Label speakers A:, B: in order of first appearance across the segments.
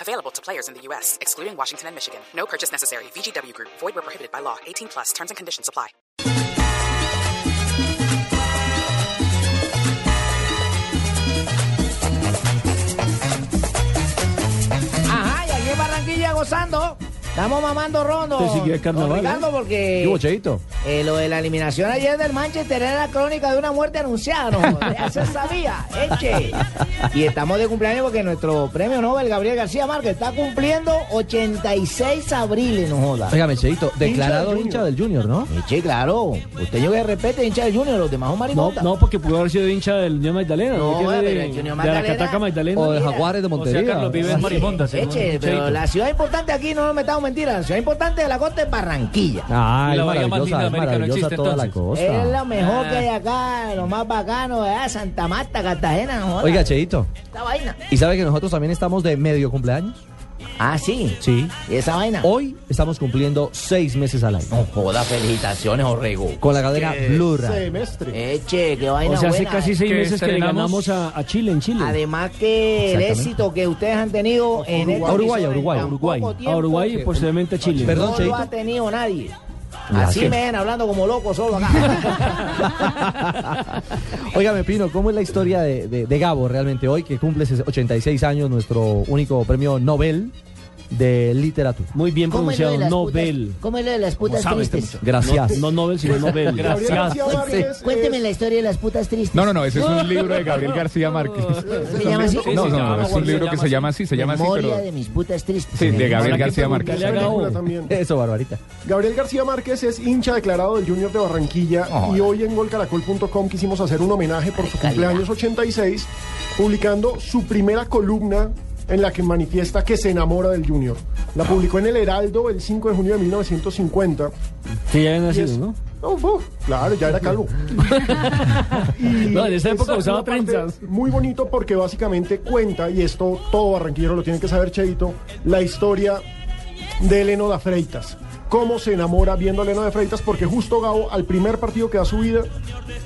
A: Available to players in the U.S., excluding Washington and Michigan. No purchase necessary. VGW Group, void were prohibited by law. 18 plus terms and conditions apply.
B: Ajá, y aquí en Barranquilla gozando. Estamos mamando rondo.
C: Este
D: Te siguió el carnaval,
B: don Ricardo,
D: ¿eh? ¿Qué hubo,
B: porque
D: Cheito?
B: eh, lo de la eliminación ayer del Manchester era la crónica de una muerte anunciada, ¿no? Ya se sabía, eche. Y estamos de cumpleaños porque nuestro premio Nobel, Gabriel García Márquez, está cumpliendo 86 abriles, no joda.
D: Óigame, Cheito, declarado
B: Hincha
D: hincha del Junior, ¿no?
B: Eche, claro. Usted yo que respete, hincha del Junior, los demás son
C: No,
B: maricotas.
C: no, porque pudo haber sido hincha del Unión Magdalena.
B: No,
C: ¿Qué
B: pero
C: de,
B: el Junior
C: de la
B: Magdalena-
C: Cataca Magdalena.
D: O de
B: mira.
D: Jaguares de Montería.
C: Carlos Vives
D: Ah,
C: es marimonda, según
B: Eche, pero
C: Cheito.
B: la ciudad importante aquí, no nos metamos mentiras, la ciudad importante de la costa es Barranquilla.
D: Ah,
E: La
D: es
E: bahía más linda
D: maravillosa,
E: de
D: es
E: América no
D: maravillosa
E: existe,
D: toda la
E: entonces.
B: Es
D: costa.
B: lo mejor que hay acá, lo más bacano, ¿verdad? Santa Marta, Cartagena, no joda,
D: Oiga, Cheito,
B: esta vaina.
D: ¿y sabe que nosotros también estamos de medio cumpleaños?
B: Ah, sí.
D: Sí.
B: ¿Y esa vaina?
D: Hoy estamos cumpliendo seis meses al año.
B: No joda, felicitaciones, Orrego.
D: Con la cadena Blura.
B: Eche, qué vaina
C: O sea, hace
B: buena.
C: casi seis
E: Que
C: meses que le
E: estrenamos-
C: ganamos a, a Chile en Chile.
B: Además que el
D: Exactamente.
B: éxito que ustedes han tenido en este
D: A Uruguay,
B: episodio
D: a
B: en
D: Uruguay,
B: tan
C: Uruguay.
B: poco tiempo,
C: A Uruguay y posteriormente a Chile.
D: Perdón.
B: no lo
D: Cheito.
B: ha tenido nadie.
D: Gracias.
B: Así me ven hablando como loco solo acá.
D: Óigame, Pino, ¿cómo es la historia de, de- de Gabo realmente hoy, que cumple ses- 86 años, nuestro único premio Nobel de literatura?
C: Muy bien
B: ¿Cómo es lo
C: pronunciado,
B: de las
C: Nobel.
B: putas- ¿Cómo es lo de las putas tristes?
D: Gracias.
C: No Nobel, sino Nobel. Gracias.
B: Cuénteme la historia de las putas tristes.
F: No, no, no, ese es un libro de Gabriel García Márquez.
B: ¿Se llama así?
F: No, no, no, es un
E: Se
F: libro que
E: llama
F: se llama así, se llama así,
B: Memoria
F: pero...
B: de mis putas tristes.
F: Sí, de Gabriel García Márquez.
C: Dale a Gabo.
D: Eso, Barbarita.
G: Gabriel García Márquez es hincha declarado del Junior de Barranquilla y hoy en golcaracol.com quisimos hacer un homenaje por su cumpleaños 86, publicando su primera columna en la que manifiesta que se enamora del Junior. La publicó en El Heraldo el 5 de junio de 1950.
C: Sí, ya habían
G: Y
C: nacido,
G: es-
C: ¿no?
G: Uf, uf, claro, ya era calvo. Y
C: No, en esa época
G: es
C: usaba
G: una parte
C: trenzas.
G: Muy bonito porque básicamente cuenta, y esto todo barranquillero lo tiene que saber, Cheito, la historia de Eleno da Freitas. Cómo se enamora viendo a Eleno de Freitas, porque justo Gabo, al primer partido que da su vida,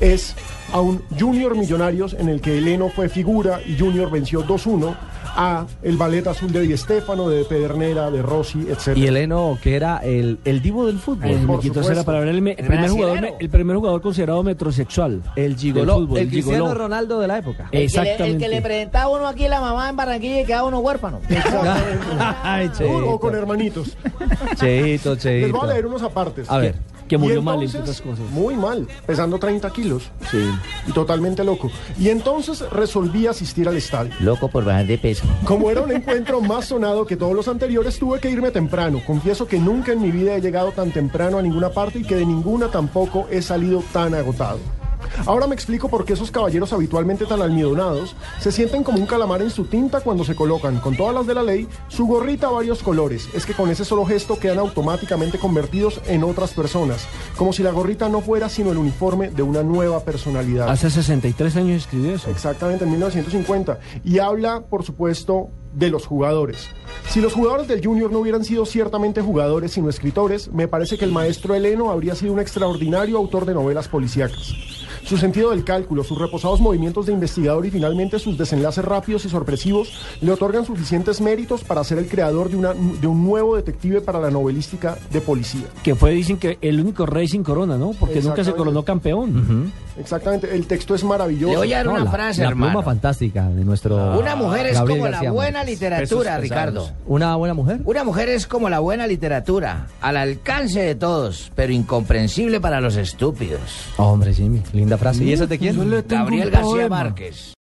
G: es a un Junior Millonarios en el que Eleno fue figura y Junior venció 2-1 a el ballet azul de Di Stéfano, de Pedernera, de Rossi, etc.
D: Y Eleno, que era el, el divo del fútbol.
C: El
G: por
C: mequito era
G: supuesto.
C: para ver el, me- el primer jugador, me- el primer jugador considerado metrosexual.
D: El
C: gigoló,
D: gigoló, el
C: el
D: Cristiano
C: gigoló.
D: Ronaldo de la época.
B: El que le-
C: Exactamente.
B: El que le presentaba a uno aquí la mamá en Barranquilla y quedaba uno huérfano.
D: Ay,
G: o, o
D: Cheito,
G: con hermanitos.
D: Cheito,
G: Les voy a leer
D: Cheito.
G: unos apartes.
D: A ver,
C: que
G: Y
C: murió mal, entre
G: entonces,
C: otras cosas.
G: Muy mal, pesando 30 kilos. Sí. Y totalmente loco. Y entonces resolví asistir al estadio.
B: Loco por bajar de peso.
G: Como era un encuentro más sonado que todos los anteriores, tuve que irme temprano. Confieso que nunca en mi vida he llegado tan temprano a ninguna parte y que de ninguna tampoco he salido tan agotado. Ahora me explico por qué esos caballeros habitualmente tan almidonados se sienten como un calamar en su tinta cuando se colocan, con todas las de la ley, su gorrita a varios colores. Es que con ese solo gesto quedan automáticamente convertidos en otras personas, como si la gorrita no fuera sino el uniforme de una nueva personalidad.
C: Hace 63 años escribió eso.
G: Exactamente, en 1950. Y habla, por supuesto, de los jugadores. Si los jugadores del Junior no hubieran sido ciertamente jugadores, sino escritores, me parece que el maestro Heleno habría sido un extraordinario autor de novelas policíacas. Su sentido del cálculo, sus reposados movimientos de investigador y finalmente sus desenlaces rápidos y sorpresivos le otorgan suficientes méritos para ser el creador de, una- de un nuevo detective para la novelística de policía.
C: Que fue, dicen que el único rey sin corona, ¿no? Porque nunca se
G: Exactamente.
C: coronó campeón.
G: Exactamente, el texto es
B: Le
G: maravilloso.
B: voy a dar
D: No,
B: una
D: la,
B: frase,
D: la
B: hermano.
D: pluma fantástica de
F: Ah,
D: nuestro.
B: Una mujer es
D: Gabriel
B: como la
D: García
B: buena
D: Márquez.
B: literatura,
E: Pesos pesados.
B: Ricardo.
D: Una buena mujer.
B: Una mujer es como la buena literatura, al alcance de todos, pero incomprensible para los estúpidos.
D: Hombre, Jimmy, linda frase. ¿Y esa de quién?
B: Gabriel García Márquez.